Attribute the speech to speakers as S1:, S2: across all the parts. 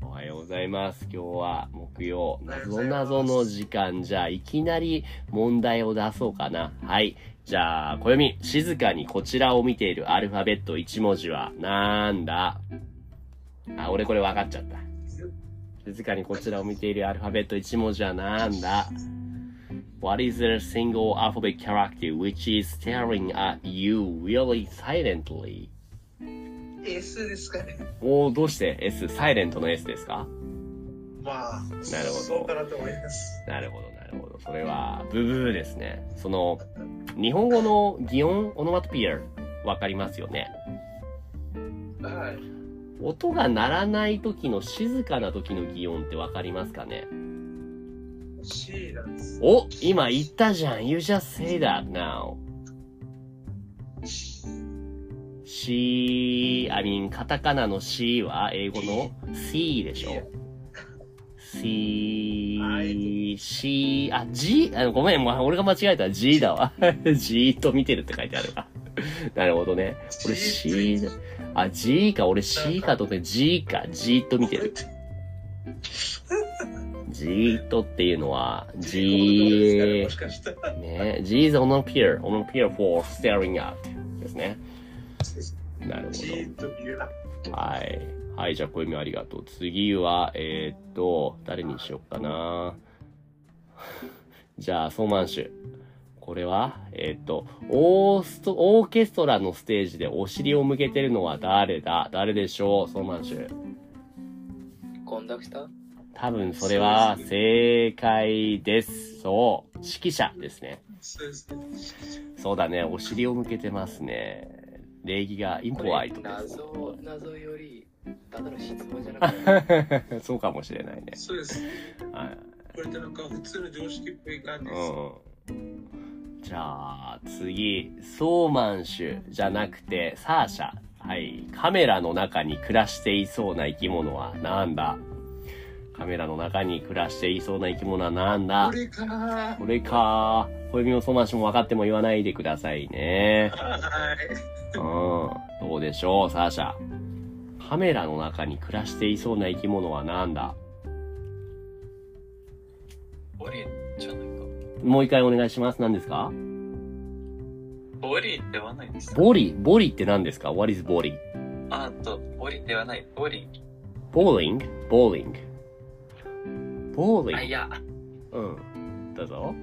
S1: ございます。今日は木曜、謎謎の時間じゃあ、いきなり問題を出そうかな。はい。じゃあ、暦、静かにこちらを見ているアルファベット1文字は、なんだあ、俺これ分かっちゃった。静かにこちらを見ているアルファベット1文字はなんだ ?What is a single alphabet character which is staring at you really silently?
S2: S ですかね。
S1: おー、どうして S、サイレントの S ですか
S2: まあ、なる
S1: ほど
S2: そうかなと思います。
S1: なるほど、なるほど。それは、ブブーですね。その、日本語の擬音、オノマトピア、わかりますよね。
S2: はい。
S1: 音が鳴らない時の静かな時の擬音ってわかりますかね
S2: C なんです。
S1: お今言ったじゃん !You just say that now. C, I mean, カタカナの C は英語の C でしょ C, C, あ、G? あごめん、もう俺が間違えた G だわ。 じーっと見てるって書いてあるわ。 なるほどね。俺 C だ、あ、G か、俺 C かと思って G か、じーっと見てる。じーっとっていうのは、じー
S2: もしかしたら。
S1: ね、G is on a pier, on a pier for staring up ですね。なる
S2: G とビューラ。
S1: ほど。はい。はい、じゃあ、小指ありがとう。次は、えー、っと、誰にしようかな。 じゃあ、ソーマンシュ。これは、えーっと、オースト、オーケストラのステージでお尻を向けてるのは誰だ誰でしょうソーマンシュ。
S3: コンダクター
S1: 多分それは正解です。そう。指揮者ですね。
S2: そうですね。
S1: そうだね。お尻を向けてますね。礼儀がインポワイトです ね。
S3: 謎、謎より、ただの質問じゃなくて、
S1: そうかもしれないね。
S2: そうです。
S1: はい。
S2: これってなんか普通の常識っぽい感じです。
S1: うん。じゃあ、次。ソーマンシュじゃなくて、サーシャ。はい。カメラの中に暮らしていそうな生き物はなんだカメラの中に暮らしていそうな生き物はなんだ
S2: これか
S1: これか。小指もソーマンシュも分かっても言わないでくださいね。
S2: はい。
S1: うん。どうでしょう、サーシャ。カメラの中に暮らしていそうな生き物はなんだ
S4: オリじゃないか。
S1: もう一回お願いします。何ですか
S4: オリではないです。
S1: ボリボリって何ですか ?What is ボリ
S4: あと、オリではない。オリ。
S1: ボーリングボーリング。ボー
S4: あ、
S1: リン
S4: いや。
S1: グ。うん。どうぞ。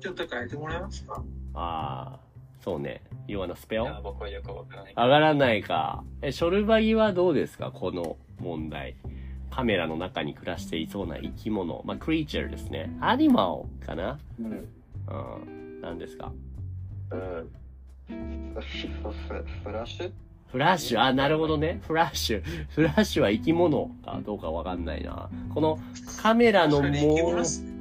S2: ちょっと変えてもらえますか
S1: あー、そうね。You wanna
S4: い
S1: spell?
S4: や僕はよくわからない。
S1: 上がらないか。え、ショルバギはどうですかこの問題。カメラの中に暮らしていそうな生き物。まあ、クリーチャーですね。アニマルかな
S3: うん、
S1: うん。何ですか
S5: うんフフフラッシュ
S1: フラッシュ、あ、なるほどね。フラッシュ。フラッシュは生き物かどうかわかんないな。このカメラの
S2: それでいき
S1: も
S2: ま
S1: う、
S2: す。
S1: ね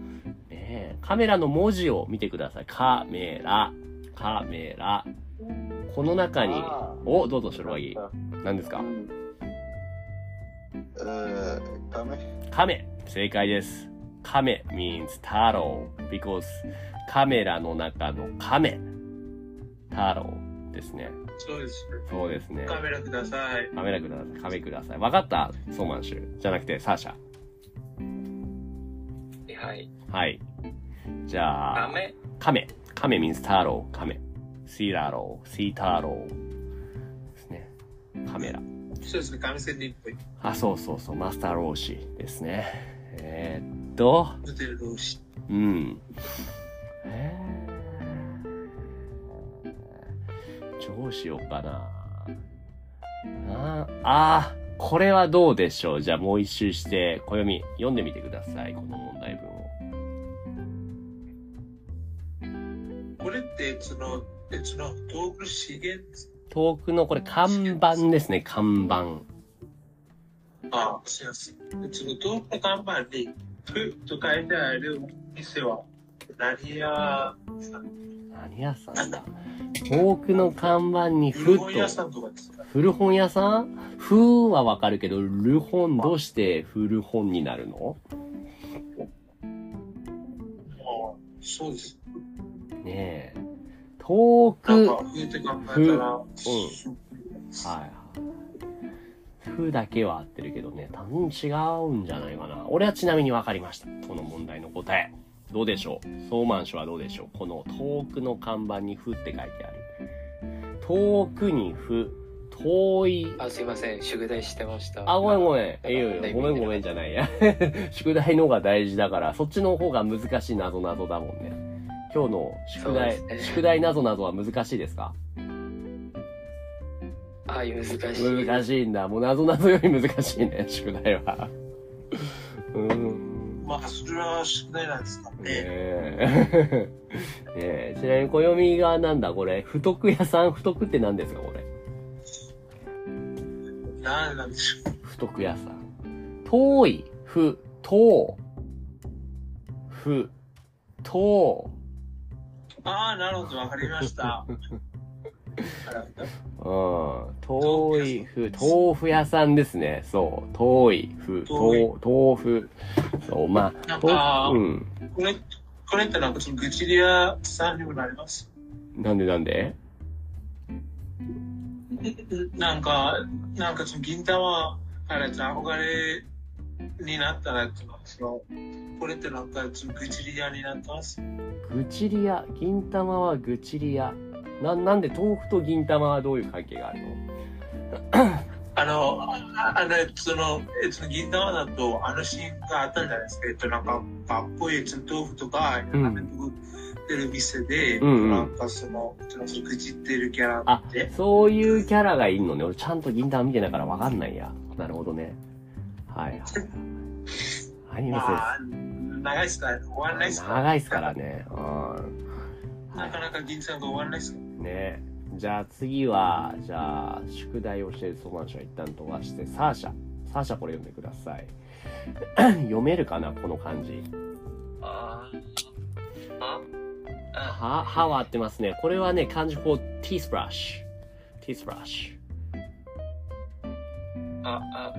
S1: え、カメラの文字を見てください。カメラ、カメラ。この中に、
S5: あー
S1: お、どうぞ、ショルバギ。何ですか
S5: うんダメ
S1: カメ。正解です。カメ means 太郎 because カメラの中のカメ。太郎ですね。
S2: そうです。
S1: そうですね。
S2: カメラください。
S1: カメラください。カメください。わかったソーマンシュ。じゃなくて、サーシャ。
S4: はい。
S1: はい。じ
S4: ダ
S1: ゃあ、
S4: メ。
S1: カメ。カメ means 太郎。カメ。シーラロー。シータロー。ですね。カメラ。
S2: そうですね。カメセディっぽい。
S1: あ、そうそうそう。マスターロー氏ですね。えーっと、
S2: ホテル同士。
S1: うん。えー、どうしようかな。あーあー、これはどうでしょう。じゃあもう一周して、暦、読んでみてください。この問題文を。
S2: これって、その、え、その、遠く資源、
S1: 遠くの、これ、看板ですね。看板。
S2: あ、すいません。その、遠くの看板に、ふと書いてあるお店は、何や、
S1: 何屋さんだ遠くの看板にふ
S2: 古
S1: っ
S2: 本屋
S1: と。
S2: さんとかですか
S1: 古本屋さんふーはわかるけど、ル本どうして古本になるの
S2: あそうです。
S1: ねえ。遠
S2: なん
S1: く。
S2: か、ふって考えたら、
S1: ふうんはい。ふだけは合ってるけどね、多分違うんじゃないかな。俺はちなみに分かりました。この問題の答え。どうでしょうソーマン氏はどうでしょうこの遠くの看板にふって書いてある。遠くにふ、遠い。
S3: あ、すいません。宿題してました。
S1: あ、ごめんご
S3: ん。
S1: めん。いいよいいよ。ごめんごめんじゃないや。 宿題の方が大事だから、そっちの方が難しいなぞなぞだもんね。今日の宿題、
S3: そうですね
S1: 宿題なぞなぞは難しいですか
S3: あ、難しい。
S1: 難しいんだ。もうなぞなぞより難しいね、 宿題は。うーん。ね
S2: まあ、それは宿題なんですかね。
S1: え。ねえ、ちなみに暦がなんだこれ、不徳屋さん、不徳って何ですかこれ。
S2: なんなんでしょう。
S1: 不徳屋さん。遠い、不、遠。不、遠。
S2: ああ、なるほど、わかりま した。あ
S1: う
S2: ら
S1: ん。遠いふ、豆腐屋さんですね。そう。遠いふ、
S2: 遠い
S1: とう豆腐。そう、ま
S2: な
S1: あ、
S2: んか
S1: 豆腐うん。
S2: これ、これってなんかちょっと愚痴り屋さんにもなります。
S1: なんでなんで
S2: なんか、なんかその銀玉からちょっと憧れになったらっていうのはその、これってなんかちょっと愚痴り屋になってます。
S1: ぐちり屋。銀玉はぐちり屋。な、なんで豆腐と銀玉はどういう関係があるの
S2: あの、ああの、その、えっと、銀玉だと、あのシーンがあったんじゃないですか。えっと、なんか、かっこいい、ちょっと豆腐とか、
S1: うん
S2: なんか出る店で、
S1: うんうん
S2: なんかその、ちょっと愚痴ってるキャラ
S1: あ
S2: って、、
S1: そういうキャラがいるのね。俺ちゃんと銀玉見てないからわかんないや。なるほどね。はいはいはい。アニメそう
S2: まあ、長いですから、終わらない
S1: で。
S2: ですすから。
S1: 長いっすからね。うん。
S2: なかなか銀さんが終わらないですから。
S1: ねじゃあ次はじゃあ宿題をしているソマンシは一旦飛ばしてサーシャサーシャこれ読んでください 読めるかなこの漢字
S4: あーああ
S1: は歯は合ってますねこれはね漢字法ティースブラッシュティースブラッシ
S4: ああ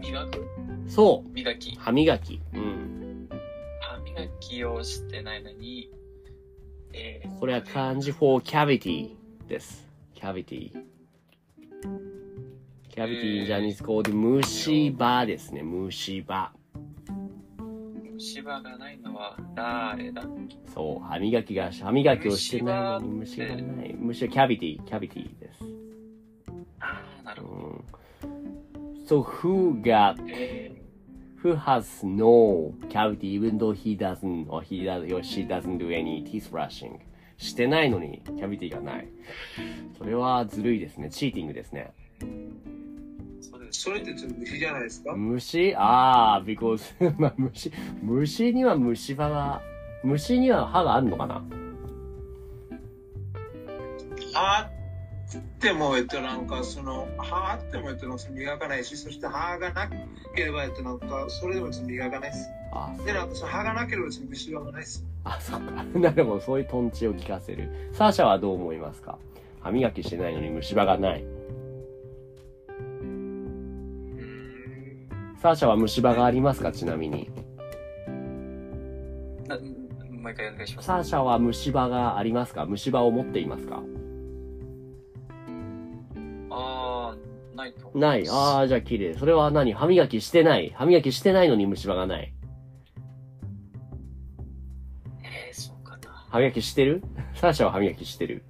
S4: 磨く
S1: ュそう
S4: 磨き
S1: 歯磨きうん
S4: 歯磨きをしてないのにえー、
S1: これは漢字法キャビティですキャビティキャビティジャニーズコード虫歯ですね虫歯
S4: 虫歯がないのは誰だ
S1: そう、歯磨きが、歯磨きをしてないのに虫
S4: 虫
S1: が
S4: 歯って
S1: ない。虫はキャビティ、キャビティです。
S4: ああなるほど
S1: うん。So who got,
S4: え
S1: who has no cavity even though he doesn't, or he does, or she doesn't do any teeth brushing? してないのにキャビティがない。それはずるいですね。チーティングですね。
S4: ー、そうです
S2: それってちょっと無理じゃないですか。
S1: 虫ああ、because, まあ虫、虫には虫歯が、虫には歯があるのかな
S2: 歯っても、えっと、なんか、その、歯あっても、えっと、なんかその磨かないし、そして歯がなければ、えっと、なんか、それでもちょっと磨かないです。
S1: あ
S2: で、なんか、その歯がなければ、ちょっと虫歯がないです。
S1: あ、そっか。 なるほど。そういうトンチを聞かせる。サーシャはどう思いますか歯磨きしてないのに虫歯がない。サーシャは虫歯がありますかちなみに。
S4: なもう一回お願いします
S1: サーシャは虫歯がありますか虫歯を持っていますか
S4: ああ、ないと思う。
S1: ない。ああ、じゃあ綺麗。それは何歯磨きしてない。歯磨きしてないのに虫歯がない。
S4: えー、そうかな。
S1: 歯磨きしてるサーシャは歯磨きしてる。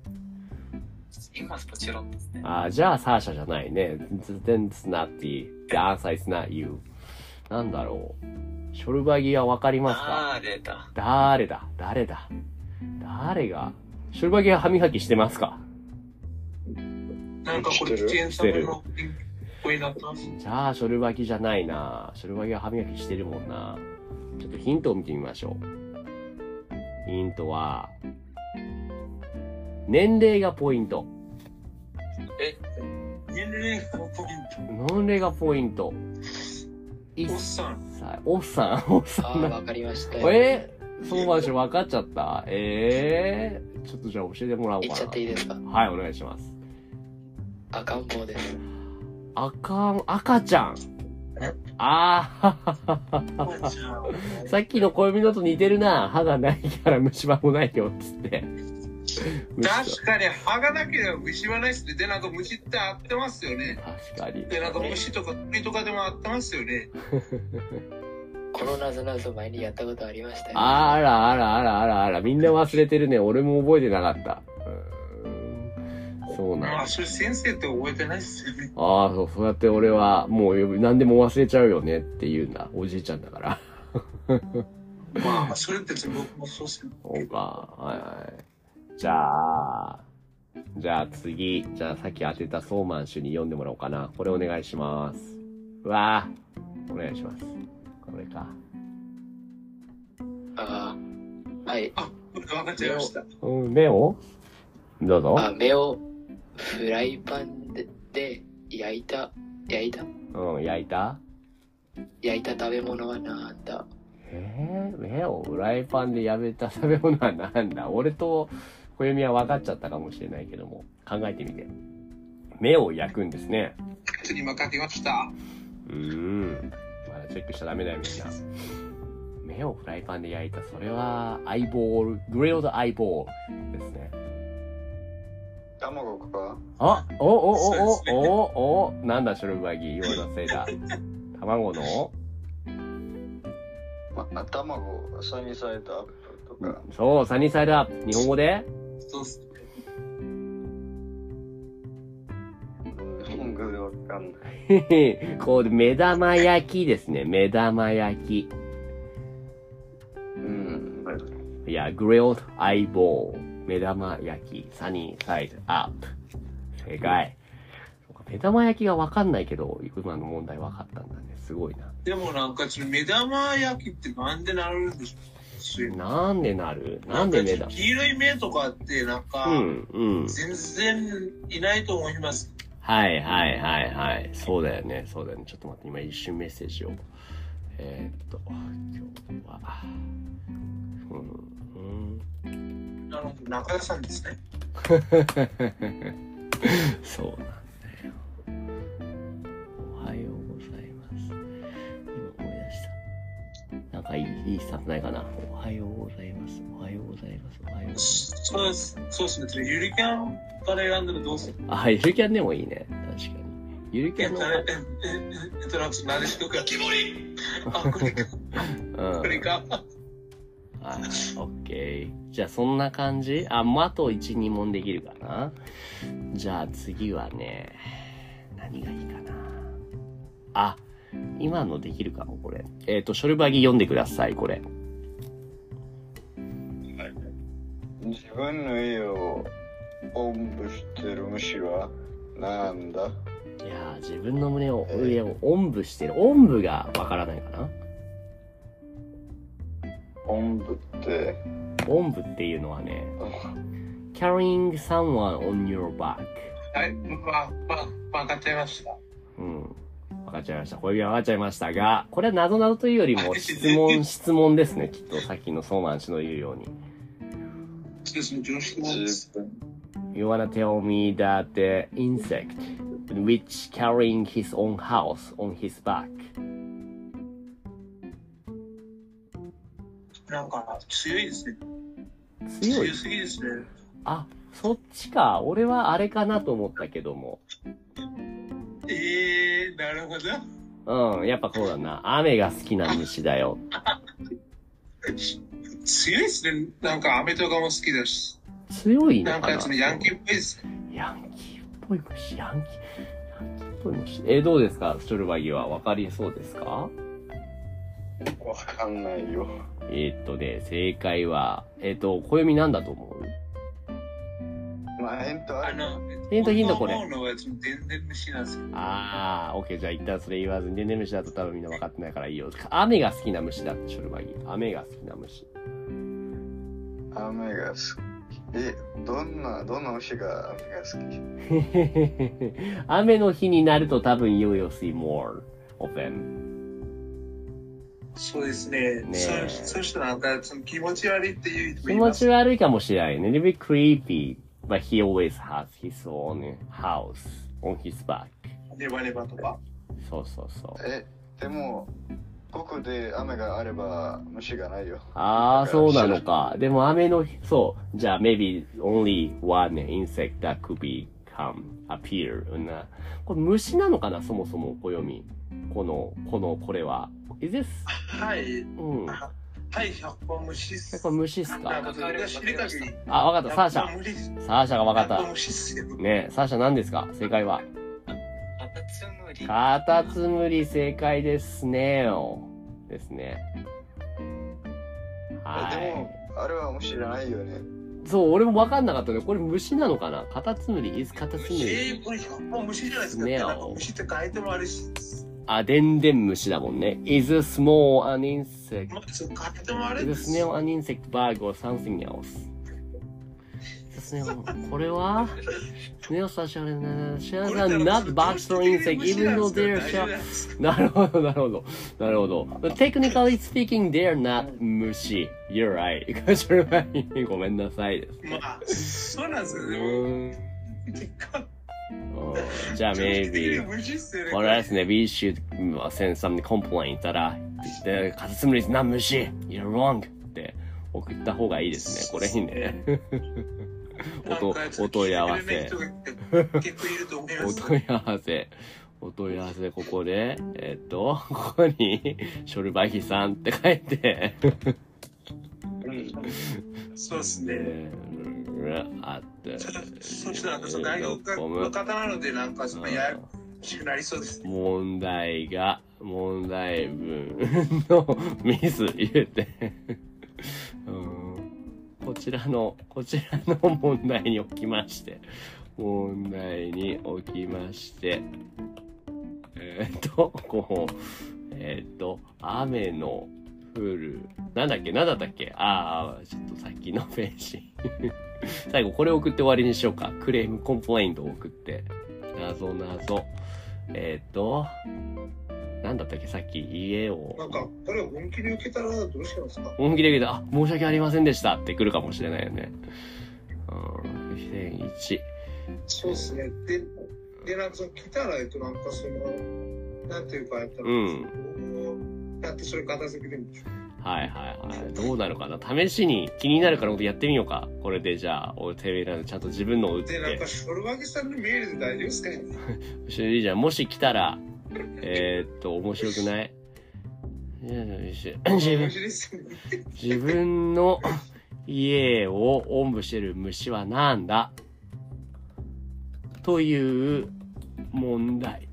S4: 今もちろんですね。
S1: ああ、じゃあサーシャじゃないね。全然 it's not the, the answer is not you. なんだろう。ショルバギはわかりますか
S4: あー出た。
S1: 誰だ誰だ誰がショルバギは歯磨きしてますか
S2: なんか、これ、
S5: 知っ
S2: 危
S5: て
S2: 険
S5: る
S2: さの声になってます。
S1: じゃあ、ショルバギじゃないな。ショルバギは歯磨きしてるもんな。ちょっとヒントを見てみましょう。ヒントは、年齢がポイント。
S2: 年齢がポイン
S1: 年齢がポイント。一
S2: ト。おっさ ん。
S1: 歳。おっさん、おっさ
S3: あ
S1: ん
S3: ー、
S1: だ。
S3: わかりましたよ。
S1: えー、そうまし分かっちゃった。ええー、ちょっとじゃあ教えてもらおうか
S3: 言
S1: な。
S3: っちゃっていいですか
S1: はい、お願いします。
S3: 赤ん坊です。
S1: 赤ん、赤ちゃん
S2: え。
S1: ああ、
S2: おっちゃ ん。
S1: さっきの小指のと似てるな。歯がないから虫歯もないよ、つって。虫
S2: 確かに歯がなければ虫はないですね。で、なんか虫って合ってますよね。
S1: と確かに
S2: で、なんか虫とか鳥とかでも合ってますよね。
S3: このなぞなぞ前にやったことありましたよ。
S1: あらあらあらあらあらみんな忘れてるね俺も覚えてなかったうーんそうなんだ
S2: まあ、それ先生って覚えてないっす よね。
S1: ああ、そう、そうやって俺は、もう、何でも忘れちゃうよねって言うんだ。おじいちゃんだから。
S2: まあ、それって僕もそうっすよ。
S1: そうか。はいはい。じゃあ、じゃあ次。じゃあさっき当てたソーマン氏に読んでもらおうかな。これお願いします。うわあ、お願いします。これか。
S3: あーはい。
S2: 分かっちゃいました。
S1: うん、目をどうぞ。
S3: あ目をフライパンでで焼いた、焼いた
S1: うん、焼いた
S3: 焼いた食べ物はなんだ
S1: えー、目をフライパンでやめた食べ物はなんだ俺と小弓は分かっちゃったかもしれないけども、考えてみて。目を焼くんですね。
S2: 次、今かけました。
S1: うーん。まだチェックしちゃダメだよ、みんな。目をフライパンで焼いた、それは、アイボール、グレードアイボールですね。
S5: 卵か
S1: あおお
S2: そうです
S1: お
S2: ね
S1: おおおなんだ、ショルバギー、言わせだ。卵の
S5: まあ、卵、サニサイドアップとか。
S1: そう、サニーサイドアップ。日本語で
S2: そうっす。
S5: 日本語でわかんない。
S1: へへこう、目玉焼きですね。目玉焼き。
S5: うん。
S1: いや、グレードアイボール。目玉焼き、サニーサイドアップ。正解。そうか目玉焼きがわかんないけど、今の問題わかったんだね。すごいな。
S2: でもなんか、目玉焼きってなんでなるんでしょう
S1: なんでなるなんで目
S2: な
S1: だ
S2: か黄色い目とかって、なんか、
S1: うん、うん。
S2: 全然いないと思います。
S1: はいはいはいはい。そうだよね、そうだよね。ちょっと待って、今一瞬メッセージを。えー、っと、今日は。うん、
S2: なので、中田さんですね。
S1: うん。そうなんだよ。おはようございます。今思い出した。なんかいい、いいスタンプないかな。おはようございます。おはようございます。おはようございます。
S2: そうです。そうですね。ゆりキャンから選んだらどうする
S1: あ、ゆるキャンでもいいね。確かに。ゆるキ
S2: え
S1: ャ
S2: っ
S1: ン
S2: と
S1: の。
S2: ええええっと、なんか、なでしこか。キモリあ、これか、
S1: うん
S2: これか。
S1: はい、オッケー。じゃあそんな感じあ、もうあと1、2問できるかなじゃあ次はね、何がいいかなあ、今のできるかも、これ。えっ、と、ショルバギ読んでください、これ。
S5: 自分の家をおんぶしてる虫はなんだ
S1: いやー、自分の胸を、上をおんぶしてる。おんぶがわからないかな
S5: おんぶって。
S1: おんぶっていうのはね、carrying someone on your back。
S2: はい、まあ、まあ、分かっちゃいました。
S1: うん。わかっちゃいました。小指はわかっちゃいましたが、これは謎々というよりも質問、質問ですね。きっとさっきのソーマン氏の言うように。
S2: そうですね、常識なんです
S5: 自。分
S1: You wanna tell me that the insect which carrying his own house on his back
S2: なんか、強いですね。
S1: 強い
S2: 強すぎですね。
S1: あ、そっちか。俺はあれかなと思ったけども。
S2: えー、なるほど。
S1: うん、やっぱそうだな。雨が好きな虫だよ。
S2: 強いですね。なんか、アメとかも好きだし。
S1: 強いの
S2: な
S1: か
S2: ん
S1: な
S2: か、そのヤンキーっぽいです。
S1: ヤンキーっぽい虫、ヤンキー、ヤンキーっぽい虫。え、どうですかストルバギはわかりそうですか
S5: わかんないよ。
S1: えーっとね、正解は、えーっと、暦なんだと思う
S5: まあ、返答あ
S2: あ
S5: る。
S2: の、
S1: ヒントヒントこれ
S2: 僕が思うのは、ちょっと全然虫なんですよ。
S1: あー、オッケー、じゃあ一旦それ言わずに、ねね虫だと多分みんな分かってないからいいよ。雨が好きな虫だって、ショルバギ。雨が好きな虫。
S5: 雨が好き。え、どんな、どの虫が雨が好き
S1: 雨の日になると多分 you will see more often.
S2: そうですね。
S1: ねえ
S2: そそしてなんか、その気持ち悪いっていう人も
S1: 気
S2: い
S1: 持
S2: ま
S1: ち
S2: す。
S1: 悪いかもしれないね。A little bit creepy, but he always has his own house on his back.
S2: ネバネバとか。
S1: そうそうそう。
S5: え、でも、ここで雨があれば虫がないよ。
S1: ああ、そうなのか。でも雨の日、そう。じゃあ、maybe only one insect that could become appear. なこれ虫なのかな、そもそも、暦。この、この、これは。Is this?
S2: はい、
S1: うん。や
S2: はい、100本虫っす
S1: っ。ぱ虫っす
S2: な
S1: か
S2: んか知る限り、
S1: あ、わかった。サーシ
S2: 無理っす。
S1: ャ。サーシャがわかっ
S2: 100本
S1: た。
S2: 虫っすよ。
S1: ねえ、サーシャ何ですか正解は。
S4: カタツムリ。
S1: カタツムリ正解ですねですね。は
S5: で
S1: い
S5: も。、あれは虫じゃないよね。
S1: そう、俺も分かんなかったね。これ虫なのかなカタツムリ ?is カタツム
S2: え
S1: リ
S2: ー、これ100本虫じゃないですか。
S1: ねえ
S2: なんか虫って書いてもあるし、
S1: あ、でんでん虫だもんね。is a small an insect.
S2: まあ、そう書いてもある
S1: is a
S2: んです
S1: small an insect bug or something else. ですね、これ は ?snail such a shells are not bugs or insect even though they're shell. なるほど、なるほど。なるほど。But technically speaking, they're not 虫。You're right. ごめんなさいです。
S2: まあ、そうなんですよ。
S1: う
S2: で
S1: ー
S2: も、
S1: ん
S2: 結果、
S1: うんじゃあ、
S2: 長期的に
S1: maybe.
S2: 無視っすよね。
S1: これはですね、We should send some complaint たら、でカタツムリ is not 虫 You're wrong って送った方がいいですね、これにね。 おとお問い合わせ。
S2: 結構いると思いま
S1: お
S2: す。
S1: 問い合わせ。お問い合わせ、ここで、えっと、ここに、ショルバヒさんって書いて、
S2: そうですね。
S1: あって、
S2: そしたら、その外国の方なので、なんか、その、ややこしくなりそうですね。
S1: 問題が問題文のミス入れてうんこちらのこちらの問題におきまして問題におきましてえーっとこうえーっと雨の降るなんだっけなんだったっけああちょっとさっきのページ 最後これ送って終わりにしようかクレームコンプライントを送って謎謎えっ、と、なんだったっけ、さっき家を。
S2: なんか、これを本気で受けたらどうしますか
S1: 本気で言うけど、あ、申し訳ありませんでしたって来るかもしれないよね。うん、2001。
S2: そうですね。で、で、なんか、その来たら、えっと、なんか、その、なんていうか、やったら、ん。だって、それ片付けてみる
S1: はいはいはい。どうなるかな試しに気になるからやってみようか。これでじゃあ、俺テレビなんでちゃんと自分のを打っ
S2: で、なん
S1: て
S2: か、。ショルバギさんのメールで大丈夫ですかね
S1: しゅりじゃん、もし来たら、えーっと、面白くないいやし自分
S2: 面白いですよね。
S1: 自分の家をおんぶしてる虫はなんだという問題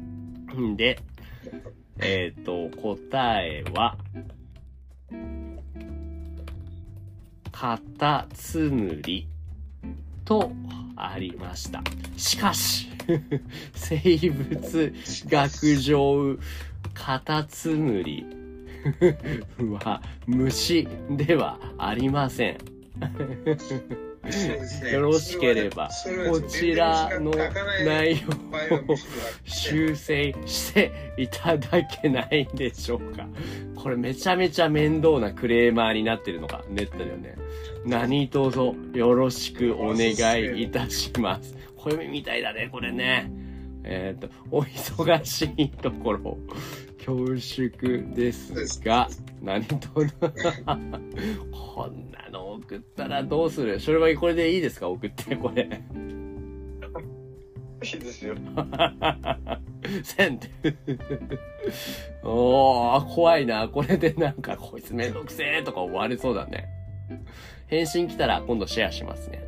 S1: で、えっ、と、答えは、カタツムリとありました。しかし、 生物学上、カタツムリ は虫ではありません。
S2: そうですね
S1: よろしければ、
S2: それはね
S1: こちらの
S2: それはね
S1: 内容
S2: 場合は
S1: を
S2: むしろ
S1: 修正していただけないでしょうか。これめちゃめちゃ面倒なクレーマーになってるのがネットだよね。何卒よろしくお願いいたします。小読みみたいだね、これね。えっ、と、お忙しいところ、恐縮ですが、何と こんなの送ったらどうするそれはこれでいいですか送って、これ。
S5: いいですよ。
S1: せんって。おー、怖いな。これでなんか、こいつめんどくせーとか終われそうだね。返信来たら今度シェアしますね。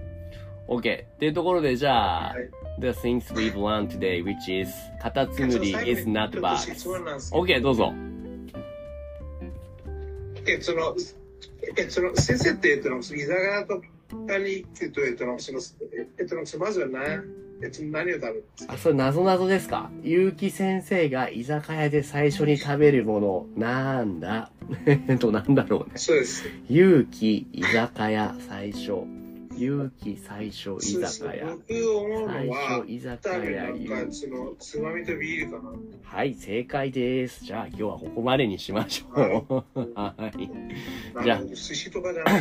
S1: OK。っていうところで、じゃあ、
S2: はい
S1: The things we've learned today, which is, カタツムリ
S2: 最後に
S1: is not
S2: ちょっと質
S1: bad.
S2: 問なんですけど
S1: OK、どうぞ。
S2: えそのえその先生ってえっとなんかその居酒屋とかに行くとえっとなんかそのえっとなんかそのまずは何えっと何を食べるんですか
S1: あ、それ謎謎ですか結城先生が居酒屋で最初に食べるもの、なんだ えっと、なんだろうね。
S2: そうです
S1: 勇気居酒屋最初勇気最初
S2: そう
S1: 居
S2: で
S1: 酒
S2: す
S1: 屋
S2: 僕思う
S1: 最
S2: のは
S1: 初居酒
S2: 多分
S1: 屋
S2: なん
S1: 勇
S2: か
S1: 気
S2: そのつまみとビールかな
S1: はい正解ですじゃあ今日はここまでにしましょうはい
S2: なんか寿司とかじゃない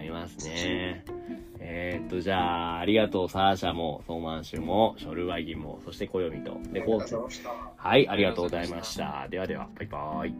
S1: 違いますねえーっとと、じゃあ、ありがとう、サーシャも、ソーマンシュも、ショルワギも、そして、コヨミと、で、コウ
S2: ありがとうございました
S1: はい、ありがとうございました。ではでは、バイバイ。